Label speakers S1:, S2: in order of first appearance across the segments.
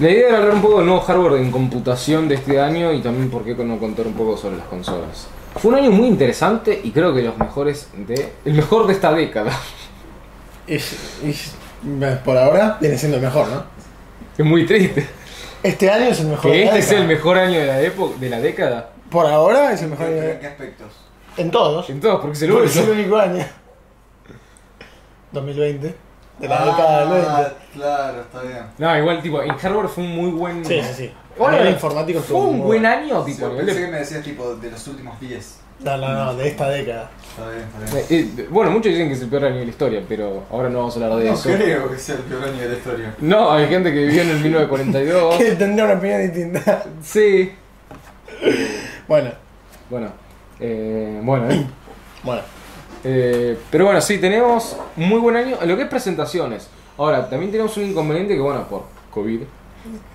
S1: La idea era hablar un poco del nuevo hardware en computación de este año y también por qué no contar un poco sobre las consolas. Fue un año muy interesante y creo que los mejores de. el mejor de esta década.
S2: Es, es- por ahora viene siendo el mejor, ¿no?
S1: Es muy triste.
S2: Este año es el mejor.
S1: Que
S2: de la
S1: este es
S2: década.
S1: el mejor año de la época de la década.
S2: Por ahora es el mejor.
S3: ¿Pero
S2: año
S3: ¿En qué aspectos?
S2: En todos.
S1: En todos, porque se lo
S2: Porque es el único año. 2020. De la década
S1: Ah.
S2: del 20.
S3: Ah, Claro, está bien.
S1: No, igual tipo, en hardware fue un muy buen.
S2: Sí, sí, sí.
S1: Bueno,
S2: Bueno, el informático
S1: Fue un buen año,
S3: Sí,
S1: tipo, a nivel de-
S3: pensé que me decías tipo de los últimos 10.
S2: No, no, no, de esta década.
S3: Está bien, está bien.
S1: Eh, eh, Bueno, muchos dicen que es el peor año de la historia, pero ahora no vamos a hablar de
S3: No
S1: eso.
S3: creo que sea el peor año de la historia.
S1: No, hay gente que vivió en el 1942.
S2: Que tendría una opinión distinta.
S1: sí.
S2: Bueno,
S1: Bueno, eh, bueno, eh.
S2: bueno.
S1: Eh, pero bueno, sí, tenemos un muy buen año en lo que es presentaciones. Ahora, también tenemos un inconveniente que, bueno, por COVID,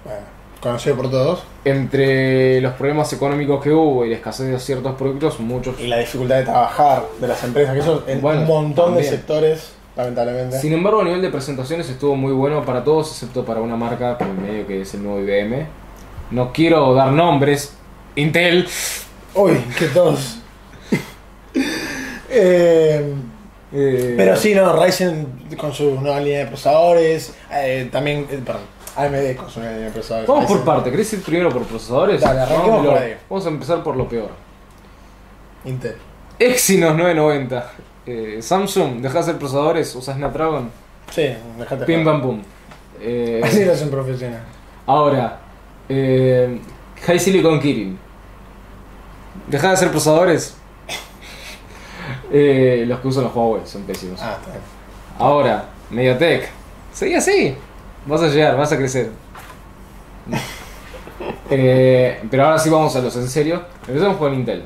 S2: bueno. Conocido por todos.
S1: entre los problemas económicos que hubo y la escasez de ciertos productos, muchos...
S2: Y la dificultad de trabajar de las empresas, que eso en
S1: Bueno,
S2: un montón
S1: también.
S2: de sectores, lamentablemente.
S1: Sin embargo, a nivel de presentaciones estuvo muy bueno para todos, excepto para una marca que medio que es el nuevo IBM. No quiero dar nombres, Intel.
S2: Uy, qué tos. Eh,
S1: eh,
S2: pero sí, no, Ryzen con su nueva línea de procesadores. eh, también, eh, perdón, AMD con su nueva línea de procesadores.
S1: Vamos por
S2: Ryzen.
S1: parte, ¿querés ir primero por procesadores?
S2: Dale, arranquemos
S1: Vamos
S2: por
S1: lo-
S2: ahí.
S1: Vamos a empezar por lo peor.
S2: Intel.
S1: Exynos 990. Eh, Samsung, dejá de hacer procesadores, usas Snapdragon.
S2: Sí, dejate.
S1: Pim pam
S2: joder.
S1: pum. Eh,
S2: Así lo hacen profesional.
S1: ahora, eh, High Silicon Kirin. Deja de hacer procesadores. Eh, los que usan los Huawei son pésimos.
S2: Ah, está bien.
S1: Ahora, Mediatek. Seguí así. Vas a llegar, vas a crecer. Eh, pero ahora sí vamos a los en serio. Empezamos con Intel.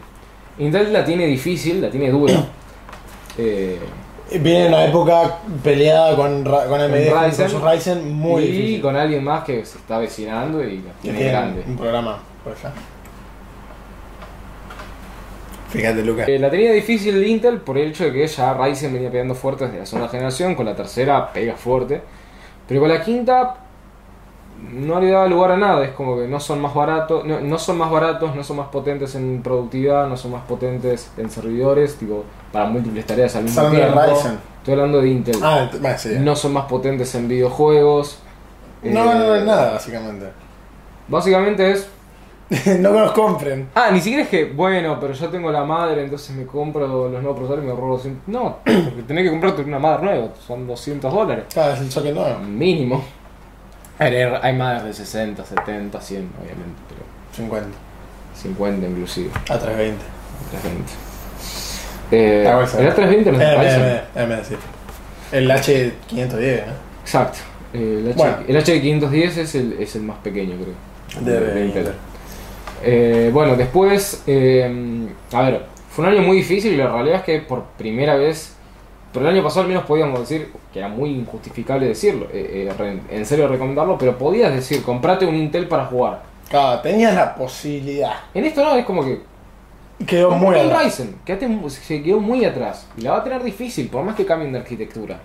S1: Intel la tiene difícil, la tiene dura. Eh,
S2: Viene una época peleada con, Ra- con AMD, con
S1: Ryzen.
S2: su Ryzen, muy
S1: y
S2: difícil.
S1: con alguien más que se está vecinando y la
S2: Que
S1: tiene
S2: tienen
S1: grande.
S2: un programa por allá. Fíjate, Lucas.
S1: Eh, la tenía difícil Intel por el hecho de que ya Ryzen venía pegando fuerte desde la segunda generación, con la tercera pega fuerte, pero con la quinta no le daba lugar a nada, es como que no son más baratos, no, no son más baratos, no son más potentes en productividad, no son más potentes en servidores, tipo, para múltiples tareas al mismo
S2: Estás hablando de
S1: tiempo.
S2: Ryzen.
S1: Estoy hablando de Intel.
S2: Ah, t- bueno, sí. No,
S1: No son más potentes en videojuegos. eh,
S2: no, no, no, nada, básicamente.
S1: Básicamente es
S2: no que nos compren.
S1: Ah, ni siquiera es que, bueno, pero yo tengo la madre, entonces me compro los nuevos procesadores y me ahorro 200. No, porque tenés que comprarte una madre nueva, son 200 dólares.
S2: Claro, es el socket nuevo.
S1: Mínimo. A ver, Hay madres de 60, 70, 100, obviamente, pero
S2: 50.
S1: 50 inclusive,
S2: A 320.
S1: la gente. Eh,
S2: Está bueno,
S1: el A320 no
S2: AMD,
S1: es Ryzen.
S2: AMD, AMD, eh, sí. El H510, ¿no?
S1: Exacto. El, H,
S2: Bueno.
S1: el H510 es el, es el más pequeño, creo.
S2: De-
S1: Intel. Eh, bueno, después, eh, a ver, fue un año muy difícil y la realidad es que por primera vez, pero el año pasado al menos podíamos decir, que era muy injustificable decirlo, eh, eh, re- en serio recomendarlo, pero podías decir, comprate un Intel para jugar.
S2: Claro, tenías la posibilidad.
S1: En esto no, es como que...
S2: Quedó muy
S1: comprate un
S2: atrás.
S1: Ryzen, quédate mu- se quedó muy atrás y la va a tener difícil, por más que cambien de arquitectura.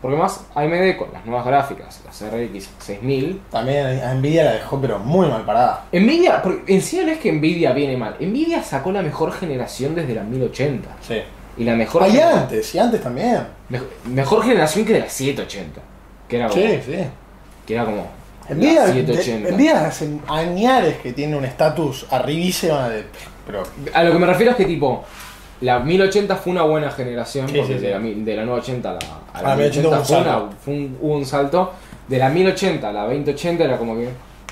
S1: Porque más AMD con las nuevas gráficas, las RX 6000,
S2: También a Nvidia la dejó, pero muy mal parada.
S1: Nvidia, porque en sí no es que Nvidia viene mal, Nvidia sacó la mejor generación desde la 1080.
S2: Sí.
S1: Y la mejor,
S2: y
S1: genera-
S2: antes, y antes también.
S1: mej- mejor generación que de la 780. Que era como.
S2: Sí, sí.
S1: Que era como
S2: Nvidia,
S1: la
S2: de-
S1: 780.
S2: Nvidia hace añares que tiene un estatus arribísima de. Pero.
S1: A lo que me refiero es que tipo. La 1080 fue una buena generación,
S2: Sí,
S1: porque
S2: sí, sí.
S1: De, la, mi- de la 980 a la, a la
S2: Ah, 1080 hubo un
S1: fue, una-
S2: salto.
S1: fue un, hubo un salto. De la 1080 a la 2080 era como que.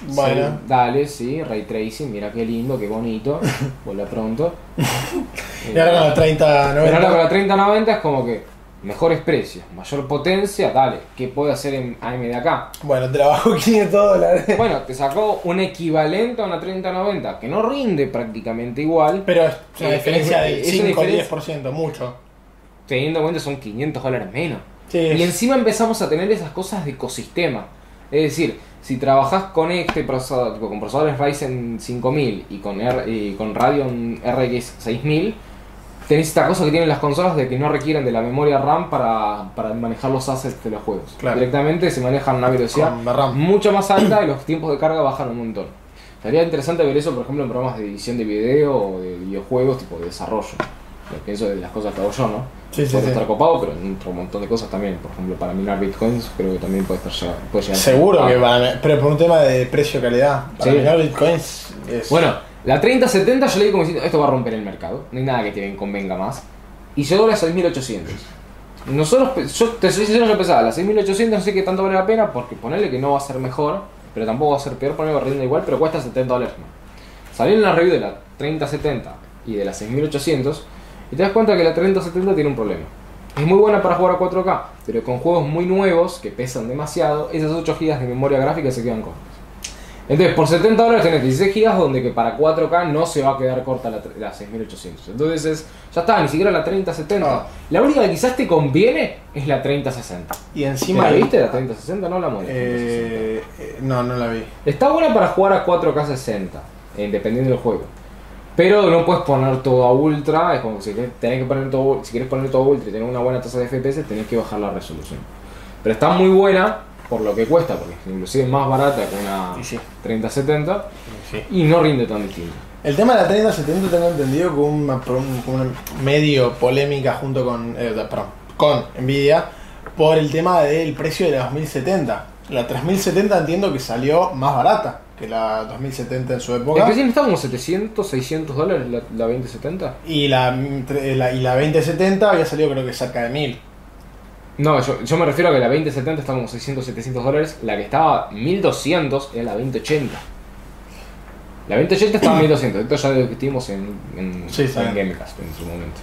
S2: Bueno.
S1: sí, dale, sí, ray tracing, mira qué lindo, qué bonito. Vuela pronto.
S2: Y ahora con la 30,
S1: Pero ahora con
S2: 90.
S1: la 3090 es como que mejores precios, mayor potencia, dale, ¿qué puede hacer en AMD acá?
S2: Bueno, trabajo 500 dólares.
S1: Bueno, te sacó un equivalente a una 3090, que no rinde prácticamente igual,
S2: Pero es una
S1: Eh,
S2: diferencia
S1: es-
S2: de
S1: es una
S2: 5 o
S1: diferencia.
S2: 10%, mucho.
S1: teniendo en cuenta son 500 dólares menos.
S2: Sí,
S1: Y
S2: es-
S1: encima empezamos a tener esas cosas de ecosistema. Es decir, si trabajas con este procesador, con procesadores Ryzen 5000 y con, R- y con Radeon RX 6000, tenés esta cosa que tienen las consolas de que no requieren de la memoria RAM para, para manejar los assets de los juegos.
S2: Claro.
S1: Directamente se manejan a una velocidad
S2: Con la RAM.
S1: mucho más alta y los tiempos de carga bajan un montón. Estaría interesante ver eso, por ejemplo, en programas de edición de video o de videojuegos, tipo de desarrollo. Lo Pienso de las cosas que hago yo, ¿no?
S2: Sí, sí,
S1: puede
S2: sí.
S1: estar copado, pero en otro montón de cosas también. Por ejemplo, para minar bitcoins creo que también puede estar llegado- puede llegar.
S2: Seguro
S1: Ah.
S2: que van a- Pero por un tema de precio-calidad. Para
S1: Sí.
S2: minar bitcoins es.
S1: Bueno, la 3070 yo le digo como diciendo, esto va a romper el mercado, no hay nada que te convenga más. Y llegó a las 6800. Nosotros, pe- yo te soy sincero, yo pensaba, las 6800 no sé qué tanto vale la pena, porque ponerle que no va a ser mejor, pero tampoco va a ser peor, ponerle que rinda igual, pero cuesta 70 dólares más. Salí en la review de la 3070 y de la 6800 y te das cuenta que la 3070 tiene un problema. Es muy buena para jugar a 4K, pero con juegos muy nuevos que pesan demasiado, esas 8 GB de memoria gráfica se quedan cortas. Entonces, por 70 dólares tenés 16 GB donde que para 4K no se va a quedar corta la, tre- la 6800. Entonces, es- ya está, ni siquiera la 3070.
S2: Ah.
S1: La única que quizás te conviene es la 3060.
S2: y encima.
S1: ¿La viste la 3060? No la morí.
S2: Eh, eh, no, no la vi.
S1: Está buena para jugar a 4K 60, eh, dependiendo del juego. Pero no puedes poner todo a ultra, es como que si querés, tenés que poner todo, si querés poner todo a ultra y tener una buena tasa de FPS, tenés que bajar la resolución. Pero está muy buena por lo que cuesta, porque inclusive es más barata que una
S2: Y sí.
S1: 3070 y no rinde tan distinto.
S2: El tema de la 3070 tengo entendido que hubo una, pro- un- una medio polémica junto con, eh, perdón, con Nvidia por el tema del precio de la 2070. La 3070 entiendo que salió más barata que la 2070 en su
S1: El
S2: época.
S1: precio no está como 700, 600 dólares la, la 2070.
S2: Y la, mm, tre- la- y la 2070 había salido creo que cerca de 1000.
S1: No, yo, yo me refiero a que la 2070 está como 600, 700 dólares. La que estaba 1200 era la 2080. La 2080 estaba 1200. Esto ya lo discutimos en, en,
S2: Sí, está
S1: en
S2: bien.
S1: Gamecast en su momento.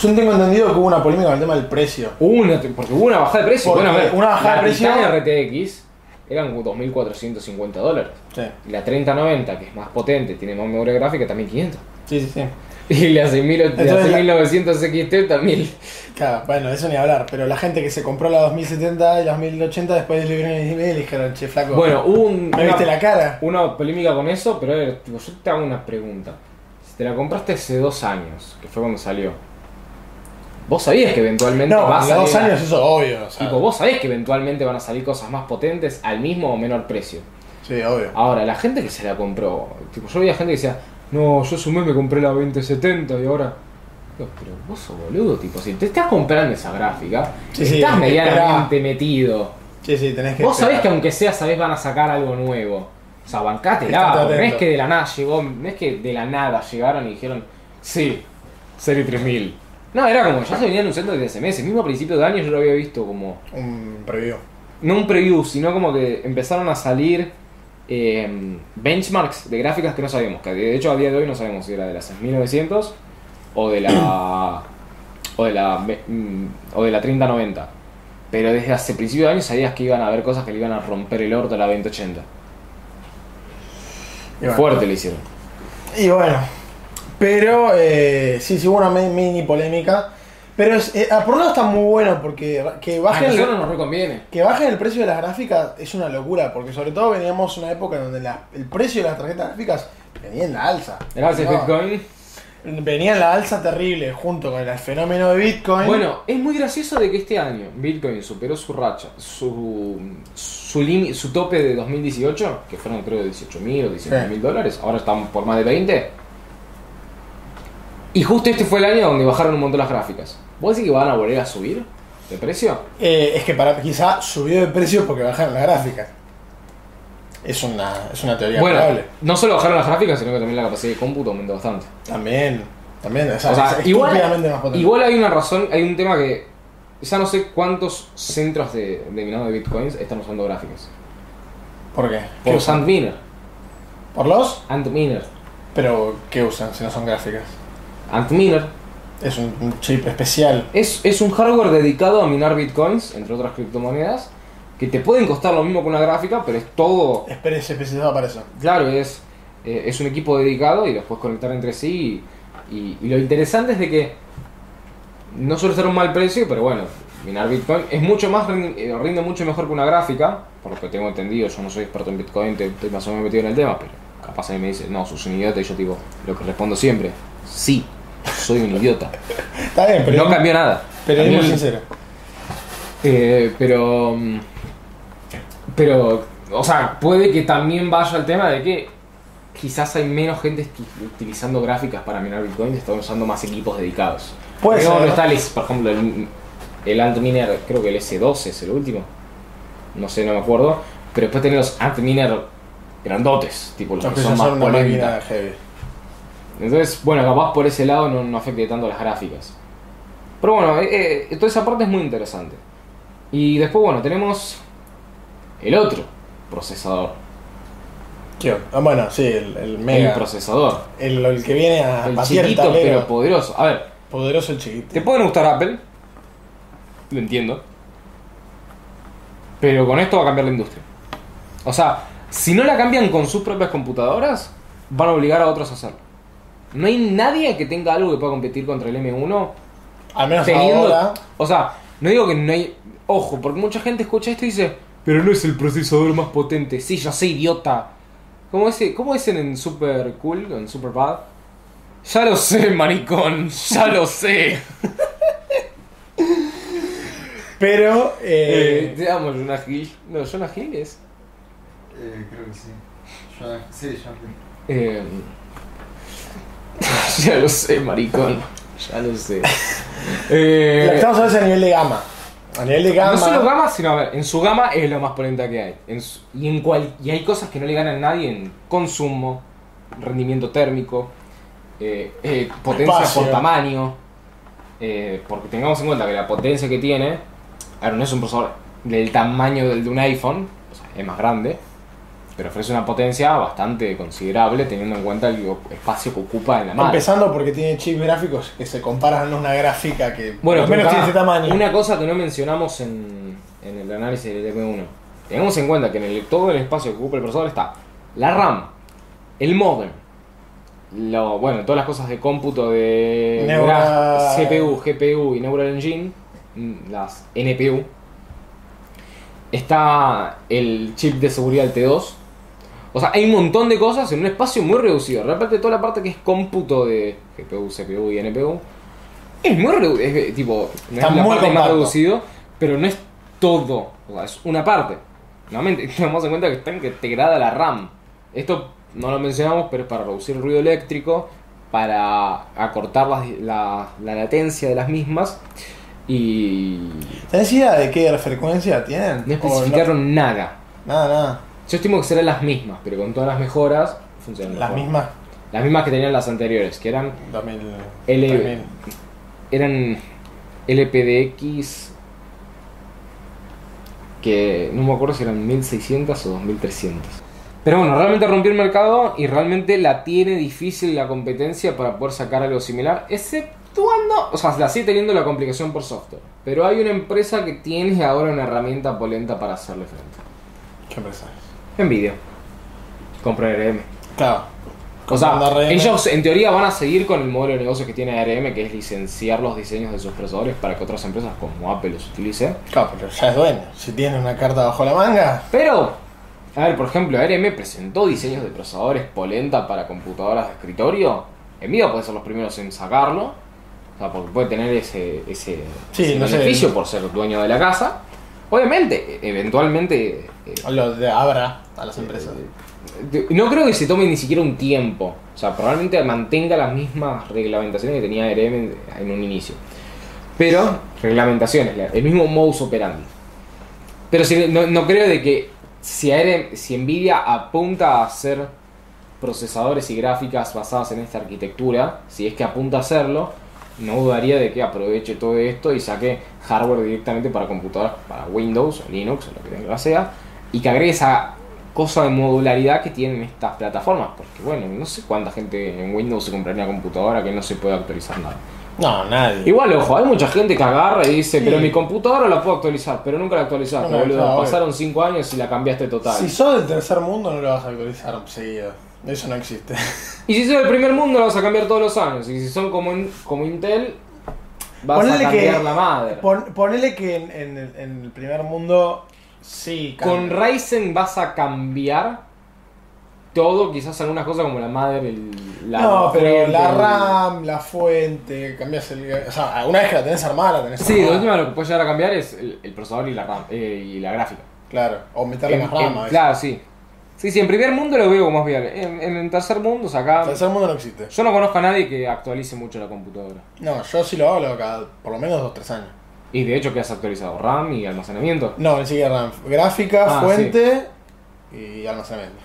S2: Yo tengo entendido que hubo una polémica con el tema del precio.
S1: Hubo Una, porque hubo una bajada de precio.
S2: Porque
S1: Bueno, a ver,
S2: una bajada
S1: la
S2: de precio-
S1: Titan RTX eran como 2450 dólares.
S2: Sí,
S1: Y la 3090, que es más potente, tiene más memoria gráfica, también 500.
S2: sí, sí. sí.
S1: Y la 6000 la
S2: Entonces, la-
S1: 6900 XT también.
S2: Claro, bueno, eso ni hablar. Pero la gente que se compró la 2070 y la 2080 después le vieron el email y dijeron, che, flaco,
S1: Bueno, hubo un.
S2: ¿me viste la cara?
S1: una polémica con eso, pero a ver, tipo, yo te hago una pregunta. Si te la compraste hace dos años, que fue cuando salió, vos sabías que eventualmente
S2: No,
S1: va a
S2: a
S1: salir
S2: dos
S1: la-
S2: años eso obvio. o sea,
S1: Tipo, vos sabés que eventualmente van a salir cosas más potentes al mismo o menor precio.
S2: sí, obvio.
S1: Ahora, la gente que se la compró, tipo, yo veía gente que decía, no, yo sumé, me compré la 2070 y ahora. Digo, Pero vos sos boludo, tipo, si te estás comprando esa gráfica,
S2: Sí, sí,
S1: estás
S2: espera.
S1: medianamente metido.
S2: Sí, sí, tenés que.
S1: Vos sabés que
S2: esperar.
S1: aunque sea, sabés van a sacar algo nuevo. O sea, bancátela.
S2: Estate
S1: porque No es
S2: atento.
S1: que de la nada llegó, no es que de la nada llegaron y dijeron, sí, Serie 3000. No, era como, ya se venía anunciando desde hace meses. Mismo a principios de año yo lo había visto como,
S2: Un preview.
S1: no un preview, sino como que empezaron a salir eh, benchmarks de gráficas que no sabíamos. Que de hecho a día de hoy no sabemos si era de la 6900 o de la... o de la... mm, o de la 3090. Pero desde hace principio de año sabías que iban a haber cosas que le iban a romper el orto a la 2080.
S2: Y bueno.
S1: Fuerte le hicieron.
S2: Y bueno. Pero eh, sí, sí, hubo una mi- mini polémica. Pero es, eh, ah, por un lado está muy bueno porque que
S1: A
S2: bajen, el,
S1: Ah, nosotros nos reconviene.
S2: que bajen el precio de las gráficas es una locura. Porque sobre todo veníamos una época donde la- el precio de las tarjetas gráficas venía en la alza.
S1: Gracias
S2: No,
S1: Bitcoin.
S2: Venía en la alza terrible junto con el fenómeno de Bitcoin.
S1: Bueno, es muy gracioso de que este año Bitcoin superó su racha, su su, limi- su tope de 2018, que fueron creo 18 mil o 19 mil dólares, ahora estamos por más de 20. Y justo este fue el año donde bajaron un montón las gráficas. ¿Vos decís que van a volver a subir de precio?
S2: Eh, es que para quizá subió de precio porque bajaron las gráficas. Es una, es una teoría
S1: Bueno,
S2: probable.
S1: no solo bajaron las gráficas, sino que también la capacidad de cómputo aumentó bastante.
S2: También, también, o sea,
S1: O sea,
S2: es estúpidamente más
S1: igual,
S2: potente.
S1: igual hay una razón, hay un tema que ya no sé cuántos centros de, de minado de bitcoins están usando gráficas.
S2: ¿Por qué? ¿Qué
S1: Por
S2: usan?
S1: Sandminer,
S2: ¿Por los?
S1: Antminer,
S2: Pero, ¿qué usan si no son gráficas?
S1: Antminer.
S2: Es un, un chip especial.
S1: Es, es un hardware dedicado a minar bitcoins, entre otras criptomonedas, que te pueden costar lo mismo que una gráfica, pero es todo
S2: Espere, es especializado para eso.
S1: Claro, es, eh, es un equipo dedicado y los puedes conectar entre sí. Y, y- y lo interesante es de que no suele ser un mal precio, pero bueno, minar Bitcoin es mucho más, rin- eh, rinde mucho mejor que una gráfica, por lo que tengo entendido. Yo no soy experto en Bitcoin, te- estoy más o menos metido en el tema, pero capaz a mí me dice, no, sos un idiota, y yo tipo, lo que respondo siempre, sí, soy un idiota.
S2: Está bien, pero.
S1: No cambió nada.
S2: Pero
S1: Cambió el-
S2: sincero.
S1: eh, pero. mm, Pero. O sea, puede que también vaya al tema de que quizás hay menos gente estu- utilizando gráficas para minar Bitcoin, están usando más equipos dedicados.
S2: Puede
S1: Creo
S2: ser.
S1: que está el, por ejemplo, el, el Antminer, creo que el S12 es el último. No sé, no me acuerdo. Pero después tenés los Antminer grandotes, tipo los
S2: Los
S1: que
S2: que ya
S1: son más
S2: son una
S1: polémicos.
S2: máquina heavy.
S1: Entonces, bueno, capaz por ese lado no, no afecte tanto las gráficas. Pero bueno, eh, eh, toda esa parte es muy interesante. Y después, bueno, tenemos el otro procesador.
S2: ¿Qué onda? Ah, bueno, sí, el, el mega. Ah,
S1: El procesador.
S2: El, el que viene a
S1: El
S2: patear
S1: chiquito
S2: tablero.
S1: pero poderoso. A ver,
S2: Poderoso el chiquito.
S1: te pueden gustar Apple. Lo entiendo. Pero con esto va a cambiar la industria. O sea, si no la cambian con sus propias computadoras, van a obligar a otros a hacerlo. No hay nadie que tenga algo que pueda competir contra el M1
S2: Al menos
S1: teniendo.
S2: ahora.
S1: O sea, no digo que no hay. Ojo, porque mucha gente escucha esto y dice, pero no es el procesador más potente. Sí, ya sé, idiota. ¿Cómo dicen cómo dicen en Super Cool, en Super Bad? Ya lo sé, maricón, ya lo sé.
S2: Pero.
S1: Eh,
S2: Eh,
S1: te amo, Jonah Hill. No, Jonah Hill es.
S3: Eh, creo que sí. Yo- sí, yo.
S1: Eh, ya lo sé, maricón. Ya lo sé. Eh,
S2: estamos a veces a nivel de gama. A nivel de gama.
S1: No solo gama, sino a ver, en su gama es lo más polenta que hay. En su- y, en cual, y hay cosas que no le ganan a nadie en consumo, rendimiento térmico, eh, eh, potencia
S2: Espacio.
S1: por tamaño. eh, porque tengamos en cuenta que la potencia que tiene, ahora no es un procesador del tamaño del de un iPhone, o sea, es más grande, pero ofrece una potencia bastante considerable teniendo en cuenta el o- espacio que ocupa en la mano.
S2: Empezando porque tiene chips gráficos que se comparan a una gráfica que
S1: Bueno,
S2: al menos
S1: pero
S2: tiene
S1: pará,
S2: ese tamaño.
S1: Una cosa que no mencionamos en, en el análisis del M1. Tengamos en cuenta que en el, todo el espacio que ocupa el procesador está la RAM, el modem, lo, bueno, todas las cosas de cómputo de
S2: Neural-
S1: gra- CPU, GPU y Neural Engine, mm, las NPU. Está el chip de seguridad del T2. O sea, hay un montón de cosas en un espacio muy reducido. Realmente toda la parte que es cómputo de GPU, CPU y NPU es muy reducido. Es, eh, tipo, no
S2: Está
S1: es la
S2: muy
S1: parte más
S2: compacto.
S1: reducido, pero no es todo. O sea, es una parte. Nuevamente, tengamos en cuenta que están que te grada la RAM. Esto no lo mencionamos, pero es para reducir el ruido eléctrico, para acortar las- la, la latencia de las mismas. Y
S2: ¿Tenés idea de qué frecuencia tienen?
S1: no
S2: ¿O
S1: especificaron nada.
S2: Nada, nada.
S1: Yo estimo que serán las mismas, pero con todas las mejoras funcionan
S2: Las
S1: mejor.
S2: mismas.
S1: Las mismas que tenían las anteriores, que eran
S2: 2000,
S1: L- E
S2: 2000.
S1: eran LPDX que no me acuerdo si eran 1600 o 2300. Pero bueno, realmente rompió el mercado y realmente la tiene difícil la competencia para poder sacar algo similar, exceptuando, o sea, la sigue teniendo la complicación por software. Pero hay una empresa que tiene ahora una herramienta polenta para hacerle frente.
S2: ¿Qué empresa
S1: Nvidia. Compra ARM.
S2: Claro.
S1: O sea,
S2: Comprando ARM.
S1: ellos en teoría van a seguir con el modelo de negocio que tiene ARM, que es licenciar los diseños de sus procesadores para que otras empresas como Apple los utilicen.
S2: Claro, pero ya es dueño. Si tiene una carta bajo la manga,
S1: Pero, a ver, por ejemplo, ARM presentó diseños de procesadores polenta para computadoras de escritorio. Nvidia puede ser los primeros en sacarlo. O sea, porque puede tener ese, ese,
S2: Sí,
S1: ese
S2: no sé.
S1: beneficio por ser dueño de la casa. Obviamente, e- eventualmente... eh,
S2: lo de- habrá a las empresas.
S1: De- No creo que se tome ni siquiera un tiempo. O sea, probablemente mantenga las mismas reglamentaciones que tenía ARM en, en un inicio. Pero, reglamentaciones, la- el mismo modus operandi. Pero si- no, no creo de que si, ARM, si Nvidia apunta a hacer procesadores y gráficas basadas en esta arquitectura, si es que apunta a hacerlo, no dudaría de que aproveche todo esto y saque hardware directamente para computadoras, para Windows, o Linux, o lo que tenga sea, y que agregue esa cosa de modularidad que tienen estas plataformas, porque bueno, no sé cuánta gente en Windows se compraría una computadora que no se puede actualizar nada.
S2: No, nadie.
S1: Igual, ojo, hay mucha gente que agarra y dice,
S2: Sí.
S1: pero mi computadora la puedo actualizar, pero nunca la actualizaste,
S2: No la
S1: boludo.
S2: actualizaba,
S1: Pasaron 5 años y la cambiaste total.
S2: Si sos del tercer mundo, no lo vas a actualizar seguido. Eso no existe.
S1: Y si sos del primer mundo, la vas a cambiar todos los años. Y si son como, in- como Intel, vas
S2: Ponele
S1: a
S2: que-
S1: cambiar la madre.
S2: Pon- ponele que en, en el, en el primer mundo sí
S1: Con
S2: cambia.
S1: Ryzen vas a cambiar todo, quizás algunas cosas como la madre, el- la
S2: no, pero
S1: fuente,
S2: la
S1: el-
S2: RAM, la fuente, cambias el. O sea, una vez que la tenés armada, la tenés
S1: Sí, de
S2: armada.
S1: última lo que puedes llegar a cambiar es el, el procesador y la RAM, eh, y la gráfica.
S2: Claro, o meterle
S1: En-
S2: más RAM.
S1: en-
S2: a veces.
S1: claro, sí. Sí, sí, en primer mundo lo veo más bien. En, en el tercer mundo, o sea, acá.
S2: Tercer mundo no existe.
S1: Yo no conozco a nadie que actualice mucho la computadora.
S2: No, yo sí lo hago cada por lo menos 2 3 años.
S1: Y de hecho, que has actualizado? RAM y almacenamiento.
S2: No, ni siquiera RAM. Gráfica,
S1: Ah,
S2: fuente y almacenamiento.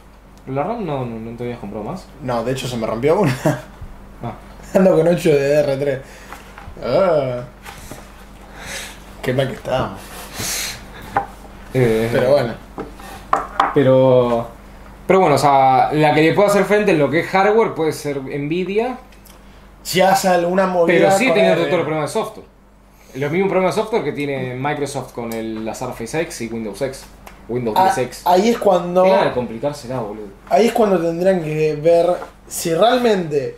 S1: Pero la RAM no, no, no te habías comprado más.
S2: No, de hecho se me rompió una.
S1: Ah.
S2: Ando con 8 de DR3. Ah. Qué mal que estábamos.
S1: Eh,
S2: Pero bueno,
S1: Pero. Pero bueno, o sea, la que le puedo hacer frente en lo que es hardware puede ser Nvidia,
S2: si hace alguna movida.
S1: pero sí
S2: con
S1: tiene
S2: el-
S1: otro problema de software. Lo mismo problema de software que tiene Microsoft con el, la Surface X y Windows X. Windows
S2: Ah,
S1: 10X.
S2: ahí es cuando.
S1: Deja de complicársela, boludo.
S2: Ahí es cuando tendrían que ver si realmente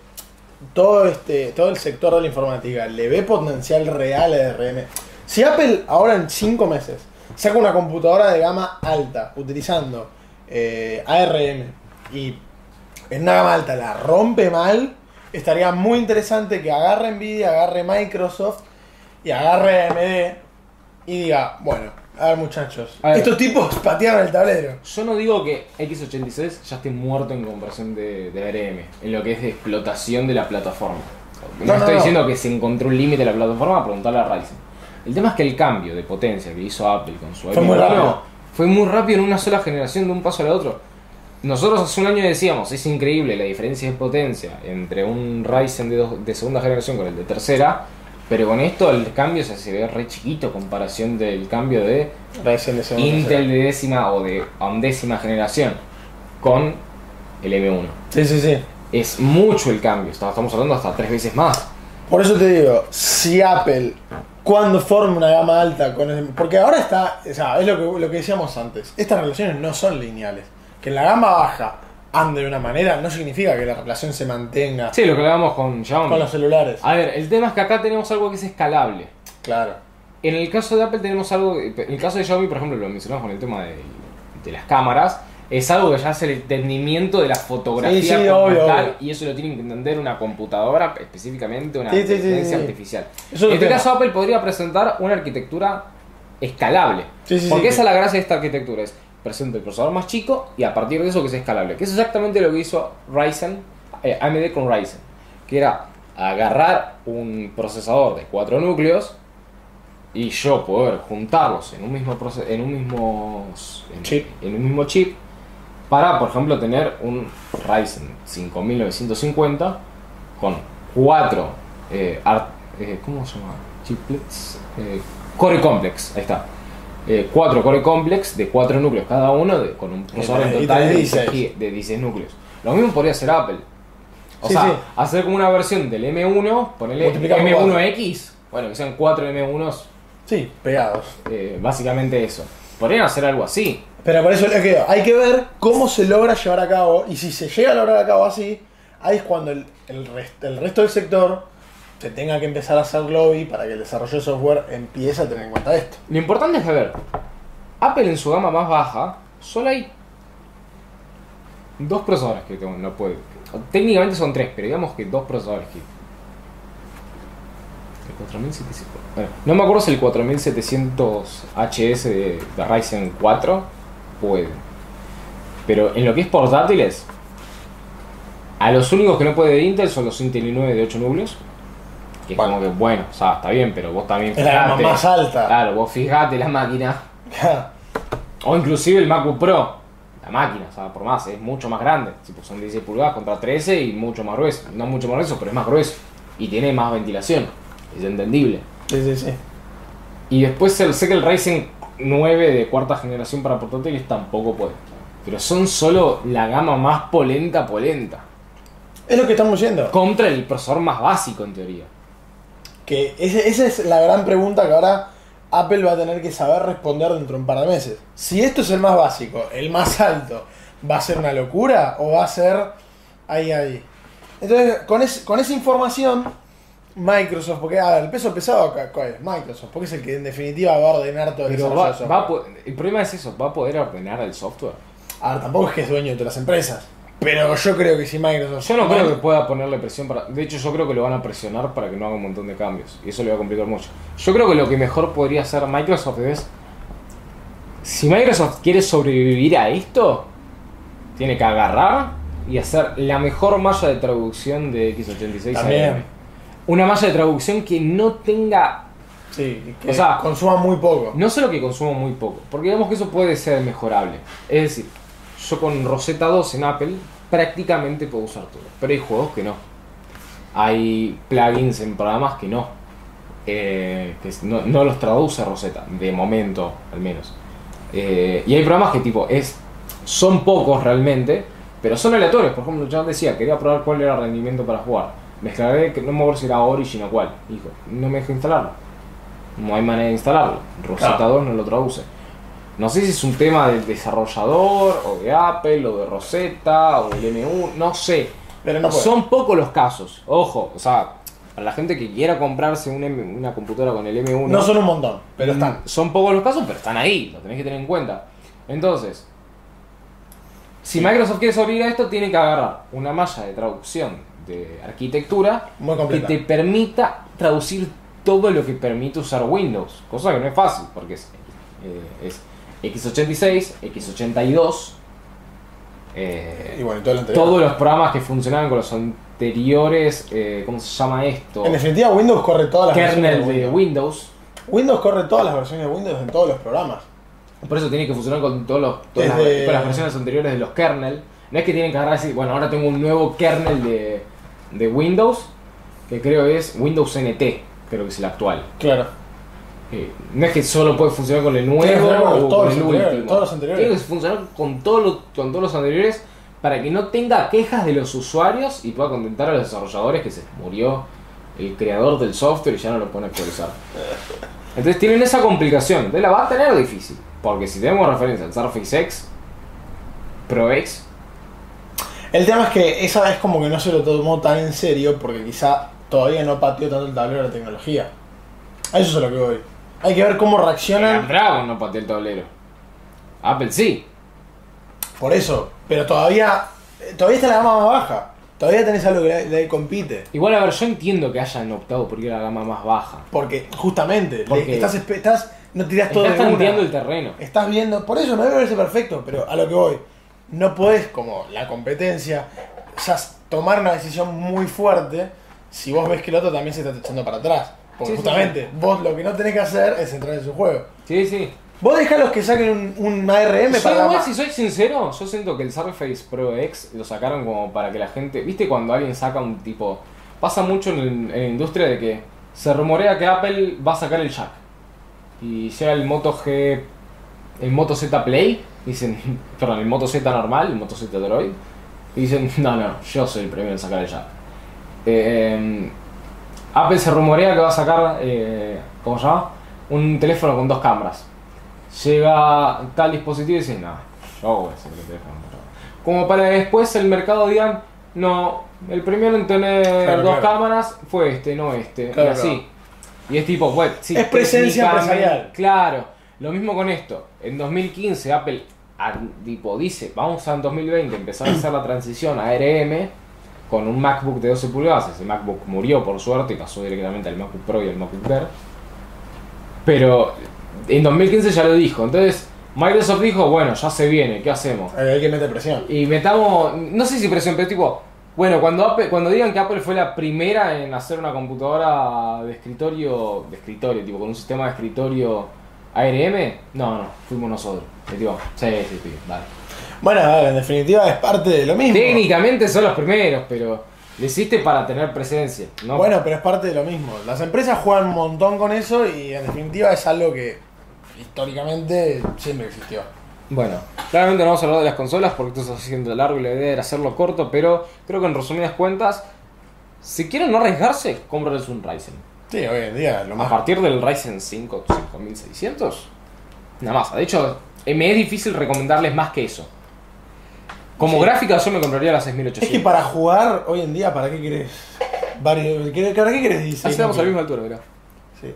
S2: todo este todo el sector de la informática le ve potencial real a RM. Si Apple ahora en 5 meses saca una computadora de gama alta utilizando eh, ARM y en una gama alta la rompe mal, estaría muy interesante que agarre Nvidia, agarre Microsoft y agarre AMD y diga, bueno, a ver muchachos,
S1: A ver.
S2: estos tipos patearon el tablero.
S1: Yo no digo que X86 ya esté muerto en comparación de, de ARM, en lo que es de explotación de la plataforma. No,
S2: No, no,
S1: estoy
S2: no.
S1: diciendo que se encontró un límite a la plataforma, preguntarle a Ryzen. El tema es que el cambio de potencia que hizo Apple con su
S2: Fue
S1: iPhone
S2: muy
S1: Pro
S2: rápido.
S1: fue muy rápido en una sola generación, de un paso al otro. Nosotros hace un año decíamos, es increíble la diferencia de potencia entre un Ryzen de, dos- de segunda generación con el de tercera, pero con esto el cambio se, se ve re chiquito en comparación del cambio de
S2: Ryzen de segunda
S1: Intel de décima o de undécima generación con el M1.
S2: Sí, sí, sí.
S1: Es mucho el cambio, está- estamos hablando hasta tres veces más.
S2: Por eso te digo, si Apple, cuando forme una gama alta con el- Porque ahora está, o sea, es lo que, lo que decíamos antes, estas relaciones no son lineales. Que la gama baja ande de una manera no significa que la relación se mantenga
S1: Sí, Ah. lo que hablábamos con Xiaomi.
S2: con los celulares.
S1: A ver, el tema es que acá tenemos algo que es escalable.
S2: Claro.
S1: En el caso de Apple tenemos algo, en el caso de Xiaomi, por ejemplo, lo mencionamos con el tema de, de las cámaras, es algo que ya es el entendimiento de la fotografía
S2: Sí, sí,
S1: como
S2: obvio,
S1: tal,
S2: obvio.
S1: y eso lo tiene que entender una computadora, específicamente una
S2: Sí, sí, sí,
S1: inteligencia
S2: sí.
S1: artificial.
S2: Eso
S1: en
S2: lo
S1: este
S2: tengo.
S1: caso Apple podría presentar una arquitectura escalable,
S2: Sí, sí,
S1: porque
S2: sí.
S1: esa es la gracia de esta arquitectura, es presento el procesador más chico y a partir de eso que es escalable, que es exactamente lo que hizo Ryzen, eh, AMD con Ryzen, que era agarrar un procesador de cuatro núcleos, y yo poder juntarlos en un mismo proce- en un mismo en,
S2: Chip.
S1: en un mismo chip para por ejemplo tener un Ryzen 5950 con cuatro eh, ar- eh, cómo se llama chiplets Eh, core complex ahí está Eh, cuatro core complex de cuatro núcleos cada uno de- con un procesador en
S2: y
S1: total de
S2: tenés
S1: 16.
S2: 16.
S1: de 16 núcleos lo mismo podría hacer Apple o
S2: Sí,
S1: sea,
S2: sí.
S1: hacer como una versión del M1, ponerle
S2: Multiplicar por cuatro.
S1: M1X, bueno, que sean 4 M1s
S2: Sí, pegados.
S1: eh, básicamente eso. Podrían hacer algo así.
S2: Pero por eso es que hay que ver cómo se logra llevar a cabo. Y si se llega a lograr a cabo así, ahí es cuando el, el rest- el resto del sector se tenga que empezar a hacer lobby para que el desarrollo de software empiece a tener en cuenta esto.
S1: Lo importante es que, a ver, Apple en su gama más baja, solo hay dos procesadores que tengo- no puede. Técnicamente son tres, pero digamos que dos procesadores que. El 4700. bueno, no me acuerdo si el 4700HS de, de Ryzen 4 puede. Pero en lo que es portátiles, a los únicos que no puede de Intel son los Intel i9 de 8 núcleos. Que es
S2: Bueno.
S1: como que, bueno, o sea, está bien, pero vos también
S2: Es la gama
S1: fijate.
S2: más alta.
S1: Claro, vos fijate la máquina. O inclusive el MacBook Pro. La máquina, o sea, por más, es mucho más grande. Tipo, son 16 pulgadas contra 13 y mucho más grueso. No mucho más grueso, pero es más grueso. Y tiene más ventilación. Es entendible.
S2: Sí, sí, sí.
S1: Y después el, sé que el Ryzen 9 de cuarta generación para portátiles tampoco puede. Pero son solo la gama más polenta, polenta.
S2: Es lo que estamos yendo.
S1: Contra el procesador más básico, en teoría.
S2: Que ese- esa es la gran pregunta que ahora Apple va a tener que saber responder dentro de un par de meses. Si esto es el más básico, el más alto, ¿va a ser una locura o va a ser ahí, ahí? Entonces, con, es- con esa información, Microsoft, porque a ver, el peso pesado acá, ¿cuál es? Microsoft, porque es el que en definitiva va a ordenar todo el
S1: Pero
S2: desarrollo
S1: va-
S2: de software.
S1: va a po- el problema es eso, ¿va a poder ordenar el software?
S2: Ahora, tampoco es que es dueño de todas las empresas. Pero yo creo que si Microsoft.
S1: Yo no creo que pueda ponerle presión para. De hecho, yo creo que lo van a presionar para que no haga un montón de cambios. Y eso le va a complicar mucho. Yo creo que lo que mejor podría hacer Microsoft es. Si Microsoft quiere sobrevivir a esto, tiene que agarrar y hacer la mejor malla de traducción de X86. a
S2: También.
S1: ARM. Una malla de traducción que no tenga
S2: Sí,
S1: O sea,
S2: consuma muy poco.
S1: No solo que consumo muy poco, porque digamos que eso puede ser mejorable. Es decir, yo con Rosetta 2 en Apple prácticamente puedo usar todo, pero hay juegos que no. Hay plugins en programas que no. Eh, que no, no los traduce Rosetta, de momento al menos. Eh, y hay programas que tipo, es, son pocos realmente, pero son aleatorios. Por ejemplo, yo decía, quería probar cuál era el rendimiento para jugar. Mezclaré, que no me acuerdo si era Origin o cuál. Dijo, no me dejó instalarlo. No hay manera de instalarlo. Rosetta
S2: Claro.
S1: 2 no lo traduce. No sé si es un tema del desarrollador, o de Apple, o de Rosetta, o del MU, no sé.
S2: Pero no puede.
S1: Son pocos los casos, ojo, o sea, para la gente que quiera comprarse un M una computadora con el M1,
S2: No son un montón, pero están.
S1: Mm, Son pocos los casos, pero están ahí, lo tenés que tener en cuenta. Entonces, si Microsoft quiere sobrevivir a esto, tiene que agarrar una malla de traducción de arquitectura
S2: Muy
S1: que
S2: completa.
S1: te permita traducir todo lo que permite usar Windows, cosa que no es fácil, porque es, eh, es x86, x82, eh,
S2: Y bueno, y todo lo anterior.
S1: todos los programas que funcionaban con los anteriores, eh, ¿cómo se llama esto?
S2: En definitiva, Windows corre todas las
S1: Kernel
S2: versiones.
S1: de
S2: Windows.
S1: Windows.
S2: Windows corre todas las versiones de Windows en todos los programas.
S1: Por eso tiene que funcionar con todos los, todas las-
S2: Desde-
S1: con las versiones anteriores de los kernel. No es que tienen que agarrar y decir, bueno, ahora tengo un nuevo kernel de, de Windows, que creo es Windows NT, creo que es el actual.
S2: Claro.
S1: Eh, No es que solo puede funcionar con el
S2: que
S1: nuevo
S2: funcionar con los-
S1: o
S2: todos
S1: con
S2: los
S1: el
S2: anteriores,
S1: último.
S2: todos los anteriores.
S1: Tiene que funcionar con, todos los- con todos los anteriores para que no tenga quejas de los usuarios y pueda contentar a los desarrolladores que se murió el creador del software y ya no lo pone a actualizar. Entonces tienen esa complicación, entonces la va a tener difícil. Porque si tenemos referencia al Surface X, Pro X,
S2: El tema es que esa vez como que no se lo tomó tan en serio porque quizá todavía no pateó tanto el tablero de la tecnología. A eso es a lo que voy. Hay que ver cómo
S1: el
S2: reaccionan
S1: Dragon no pateó el tablero. Apple sí,
S2: por eso. Pero todavía eh, todavía está la gama más baja. Todavía tenés algo que le, le compite.
S1: Igual, a ver, yo entiendo que hayan optado por ir a la gama más baja.
S2: Porque justamente le-
S1: Porque-
S2: estás, espe- estás no tirás todo
S1: Estás
S2: de una.
S1: tanteando el terreno.
S2: Estás viendo, por eso no me parece perfecto, pero a lo que voy, no podés, como la competencia, ya s- tomar una decisión muy fuerte si vos ves que el otro también se está echando para atrás. Porque
S1: Sí, sí,
S2: justamente vos lo que no tenés que hacer es entrar en su juego.
S1: Sí, sí. Yo
S2: Vos dejalos que saquen un, un ARM para la
S1: igual,
S2: ma-
S1: si soy sincero, yo siento que el Surface Pro X lo sacaron como para que la gente... ¿Viste cuando alguien saca un tipo...? Pasa mucho en, en la industria de que se rumorea que Apple va a sacar el jack. Y llega el Moto G... El Moto Z Play. Dicen... Perdón, el Moto Z normal, el Moto Z Droid. Y dicen, no, no, yo soy el primero en sacar el jack. Eh, Apple se rumorea que va a sacar... Eh, ¿Cómo se llama? Un teléfono con dos cámaras llega tal dispositivo y dices, no, yo voy a hacer el teléfono. Como para que después el mercado digan, no, el primero en tener
S2: Claro,
S1: dos
S2: claro.
S1: cámaras fue este, no este,
S2: Claro,
S1: y así.
S2: claro.
S1: Y es tipo, bueno, sí,
S2: Es presencia
S1: técnicamente,
S2: empresarial.
S1: Claro, lo mismo con esto. En 2015 Apple ah, tipo, dice, vamos a en 2020 empezar a hacer la transición a ARM con un MacBook de 12 pulgadas. Ese MacBook murió por suerte y pasó directamente al MacBook Pro y al MacBook Air. Pero en 2015 ya lo dijo. Entonces Microsoft dijo, bueno, ya se viene, ¿qué hacemos?
S2: Eh, Hay que meter presión.
S1: Y metamos, no sé si presión, pero tipo, bueno, cuando, Apple- cuando digan que Apple fue la primera en hacer una computadora de escritorio, de escritorio, tipo, con un sistema de escritorio ARM, no, no, fuimos nosotros. Y tipo, sí, sí, sí, dale.
S2: Bueno, a ver, en definitiva es parte de lo mismo.
S1: Técnicamente son los primeros, pero lo hiciste para tener presencia, ¿no?
S2: Bueno, pero es parte de lo mismo. Las empresas juegan un montón con eso y en definitiva es algo que históricamente siempre existió.
S1: Bueno, claramente no vamos a hablar de las consolas porque esto está haciendo largo y la idea era hacerlo corto, pero creo que en resumidas cuentas, si quieren no arriesgarse, cómprales un Ryzen.
S2: Sí, hoy en día lo
S1: A
S2: más
S1: partir del Ryzen 5 5600, nada más. De hecho, eh, me es difícil recomendarles más que eso. Como gráfica, yo me compraría la
S2: Es
S1: 6800.
S2: que para jugar hoy en día, ¿para qué querés? Vario- ¿qué- ¿Para qué querés 16
S1: Así estamos a la misma
S2: núcleos?
S1: altura, mirá.
S2: Sí.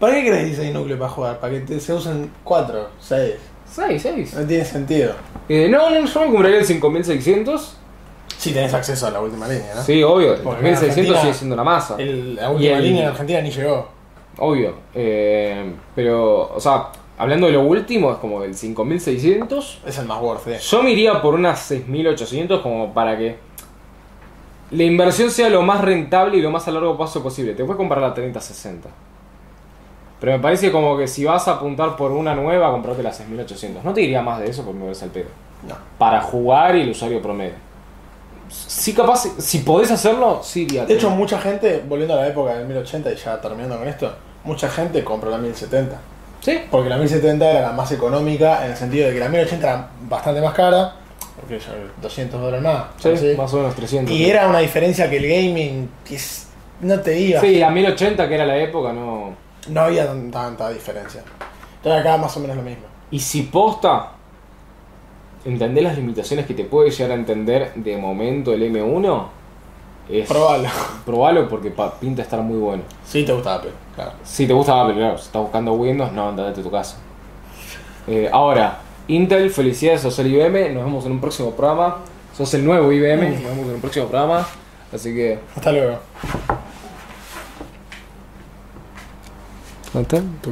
S2: ¿Para qué querés 16 núcleos para jugar? Para que te- se usen 4, 6,
S1: 6, 6.
S2: No tiene sentido.
S1: Eh, no, no, yo me compraría el 5600.
S2: Si tenés acceso a la última línea, ¿no?
S1: Sí, obvio, el
S2: Ah. Porque en
S1: 5600 sigue
S2: Argentina-
S1: siendo la masa.
S2: El- la
S1: Y
S2: última
S1: el-
S2: línea en Argentina ni llegó.
S1: Obvio. eh, pero, o sea, hablando de lo último, es como el 5600.
S2: Es el más worth, eh.
S1: Yo me iría por unas 6800 como para que la inversión sea lo más rentable y lo más a largo plazo posible. Te puedes comprar la 3060. Pero me parece como que si vas a apuntar por una nueva, comprate la 6800. No te diría más de eso porque me parece al pedo.
S2: No.
S1: Para jugar y el usuario promedio. Sí, capaz, si podés hacerlo, sí iría.
S2: De hecho, mucha gente, volviendo a la época del 1080 y ya terminando con esto, mucha gente compró la 1070.
S1: sí.
S2: Porque la 1070 era la más económica en el sentido de que la 1080 era bastante más cara, porque ya 200 dólares más.
S1: Sí,
S2: así.
S1: más o menos 300.
S2: Ah, Y era una diferencia que el gaming que es- no te iba.
S1: Sí, la 1080 que era la época, no.
S2: No había tan- tanta diferencia. Entonces acá más o menos lo mismo.
S1: Y si posta, entender las limitaciones que te puede llegar a entender de momento el M1, es
S2: Probalo.
S1: probalo porque pa- pinta estar muy bueno.
S2: Sí, te gustaba Apple, claro.
S1: Si te gusta Apple, claro, si estás buscando Windows, no, andate a tu casa. Eh, ahora, Intel, felicidades, sos el IBM, nos vemos en un próximo programa. Sos el nuevo IBM, nos vemos en un próximo programa. Así que.
S2: Hasta luego.